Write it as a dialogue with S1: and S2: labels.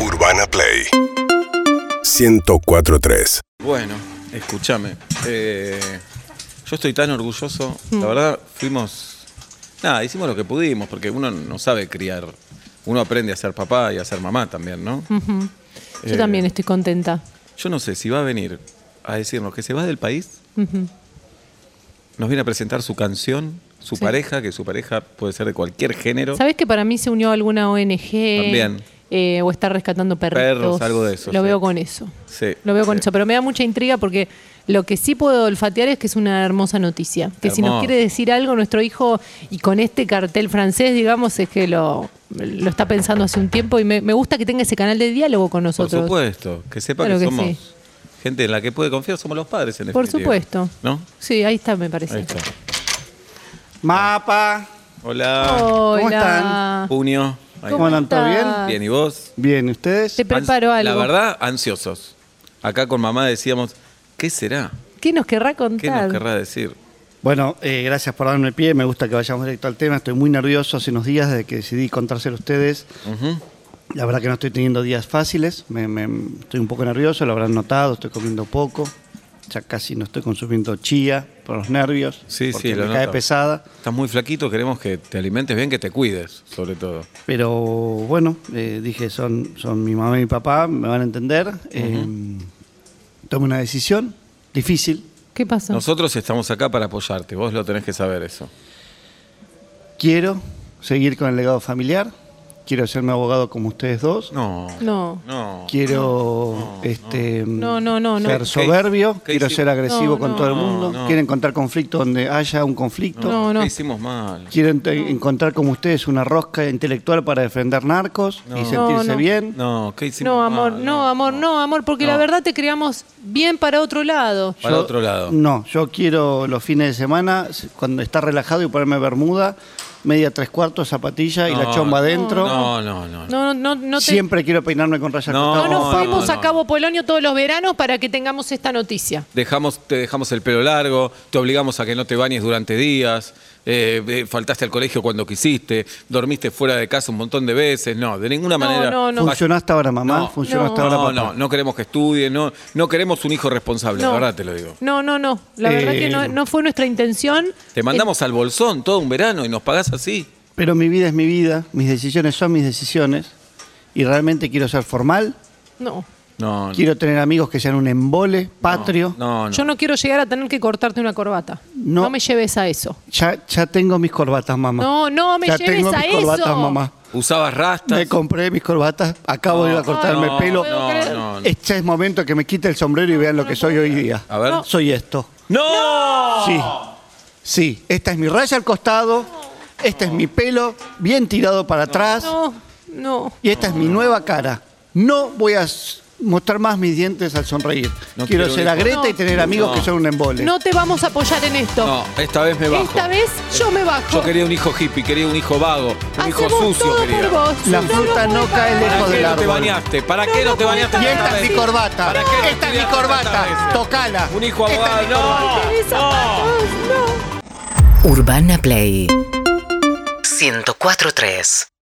S1: Urbana Play 104.3
S2: Bueno, escúchame. eh, yo estoy tan orgulloso.
S3: Mm.
S2: La verdad, fuimos. Nada, hicimos lo que pudimos, porque uno no sabe criar. Uno aprende a ser papá y a ser mamá también, ¿no?
S3: Ujú. Yo
S2: Eh,
S3: también estoy contenta.
S2: Yo no sé si va a venir a decirnos que se va del país,
S3: Ujú.
S2: nos viene a presentar su canción, su
S3: Sí.
S2: pareja, que su pareja puede ser de cualquier género.
S3: ¿Sabes que para mí se unió alguna ONG?
S2: También.
S3: Eh, o está rescatando perritos.
S2: Perros, algo de eso,
S3: Lo
S2: sí.
S3: veo con eso.
S2: Sí,
S3: Lo veo con
S2: sí.
S3: eso. Pero me da mucha intriga porque lo que sí puedo olfatear es que es una hermosa noticia. Que si
S2: Hermoso.
S3: nos quiere decir algo nuestro hijo, y con este cartel francés, digamos, es que lo, lo está pensando hace un tiempo y me, me gusta que tenga ese canal de diálogo
S2: Por
S3: con nosotros.
S2: supuesto, que sepa
S3: Claro
S2: que
S3: que
S2: somos
S3: sí.
S2: gente en la que puede confiar, somos los padres en
S3: Por
S2: definitiva.
S3: supuesto.
S2: ¿No?
S3: Sí, ahí está, me parece.
S2: Ahí está.
S4: Mapa.
S2: Hola,
S3: Hola.
S4: están?
S2: Puño. Ahí
S4: ¿Cómo
S2: va.
S4: andan? ¿Todo bien?
S3: estás?
S2: Bien, ¿y vos?
S4: Bien, ¿y ¿ustedes?
S3: Te preparo
S2: Ans-
S3: algo.
S2: La verdad, ansiosos. Acá con mamá decíamos, ¿qué será?
S3: ¿Qué nos querrá contar?
S2: ¿Qué nos querrá decir?
S4: Bueno, eh, gracias por darme el pie. Me gusta que vayamos directo al tema. Estoy muy nervioso hace unos días desde que decidí contárselo a ustedes.
S2: Ujú.
S4: La verdad que no estoy teniendo días fáciles. Me- me- estoy un poco nervioso, lo habrán notado. Estoy comiendo poco. Ya casi no estoy consumiendo chía por los nervios.
S2: Sí,
S4: porque
S2: sí, lo
S4: me cae
S2: noto.
S4: pesada.
S2: Estás muy flaquito, queremos que te alimentes bien, que te cuides, sobre todo.
S4: Pero bueno, eh, dije, son, son mi mamá y mi papá, me van a entender. Eh, tomé una decisión difícil.
S3: ¿Qué pasó?
S2: Nosotros estamos acá para apoyarte, vos lo tenés que saber eso.
S4: Quiero seguir con el legado familiar. Quiero hacerme abogado como ustedes dos.
S2: No.
S3: No.
S2: No.
S4: Quiero este,
S3: No, no, no, no.
S4: ser
S3: ¿Qué-
S4: soberbio.
S2: qué
S4: quiero
S2: hici-
S4: ser agresivo
S3: No,
S4: con
S3: no.
S4: todo el mundo.
S2: No, no.
S4: Quiero encontrar conflicto donde haya un conflicto.
S3: No.
S2: ¿Qué hicimos mal?
S4: Quiero ent- encontrar como ustedes una rosca intelectual para defender narcos y sentirse
S3: No, no.
S4: bien.
S2: ah, No, ¿qué hicimos
S3: No,
S2: mal?
S3: amor, no, amor, no, amor, porque
S2: No.
S3: la verdad te creamos bien para otro lado.
S2: Para otro lado.
S4: No, yo quiero los fines de semana, s- cuando está relajado y ponerme bermuda, media tres cuartos, zapatilla y la
S2: No,
S4: chomba adentro.
S2: No, no, no. no.
S3: No, no, no, no te-
S4: Siempre quiero peinarme con rayas
S2: No,
S3: no
S4: cruzadas.
S3: nos
S2: no,
S3: fuimos
S2: no,
S3: a Cabo Polonio todos los veranos para que tengamos esta noticia.
S2: Dejamos, te dejamos el pelo largo, te obligamos a que no te bañes durante días, eh, eh, faltaste al colegio cuando quisiste, dormiste fuera de casa un montón de veces. No, de ninguna
S3: No,
S2: manera.
S3: no, no.
S4: Funcionó hasta ahora, mamá.
S2: No.
S4: Funcionó
S3: No.
S4: hasta ahora,
S2: No,
S4: papá.
S2: no, no queremos que estudie, no, no queremos un hijo responsable,
S3: No.
S2: la verdad te lo digo.
S3: No, no, no. La verdad
S4: Eh.
S3: que no, no fue nuestra intención.
S2: Te mandamos al bolsón todo un verano y nos pagás así.
S4: Pero mi vida es mi vida, mis decisiones son mis decisiones. Y realmente quiero ser formal,
S3: Eh, no.
S2: No, no.
S4: quiero tener amigos que sean un embole, patrio.
S2: No, no.
S3: Yo no quiero llegar a tener que cortarte una corbata. No,
S4: No.
S3: me lleves a eso.
S4: Ya, ya tengo mis corbatas, mamá.
S3: No, no me
S4: ya
S3: lleves
S4: tengo
S3: a
S4: mis
S3: eso.
S4: corbatas, mamá.
S2: Usabas rastas.
S4: Me compré mis corbatas, acabo de ir a cortarme
S2: no,
S4: el pelo.
S3: puedo
S2: No,
S3: creer.
S2: no, no.
S4: Este es momento que me quite el sombrero y vean lo que soy hoy día.
S2: A ver. No.
S4: Soy esto.
S2: ¡No!
S4: Sí. Sí. Esta es mi raya al costado. Este es mi pelo bien tirado para atrás.
S3: No, no.
S4: Y esta es mi nueva cara. No voy a s- mostrar más mis dientes al sonreír.
S2: No
S4: quiero,
S2: quiero
S4: ser
S2: hijo.
S4: agreta y tener amigos
S2: No.
S4: que son un embole.
S3: No te vamos a apoyar en esto.
S2: No, esta vez me bajo.
S3: Esta vez yo me bajo.
S2: Yo quería un hijo hippie, quería un hijo vago, un hijo
S3: Hacemos
S2: sucio
S3: todo
S2: quería.
S3: por vos.
S4: La
S3: No
S4: fruta
S3: lo
S4: no
S3: podés
S4: cae
S3: pagar.
S2: ¿Para
S4: lejos
S2: qué
S4: del
S2: no te
S4: árbol.
S2: bañaste? ¿para
S3: No
S2: qué no
S3: lo
S2: te
S3: podés
S2: bañaste?
S4: Y esta es mi
S2: Sí.
S4: corbata.
S2: ¿Para qué no
S4: Esta es mi
S2: estudiaste tantas
S4: corbata.
S2: veces?
S4: Tocala.
S2: Un hijo
S4: Esta es
S2: abogado.
S4: mi
S2: No,
S3: Mis zapatos, no.
S5: Urbana Play 104.3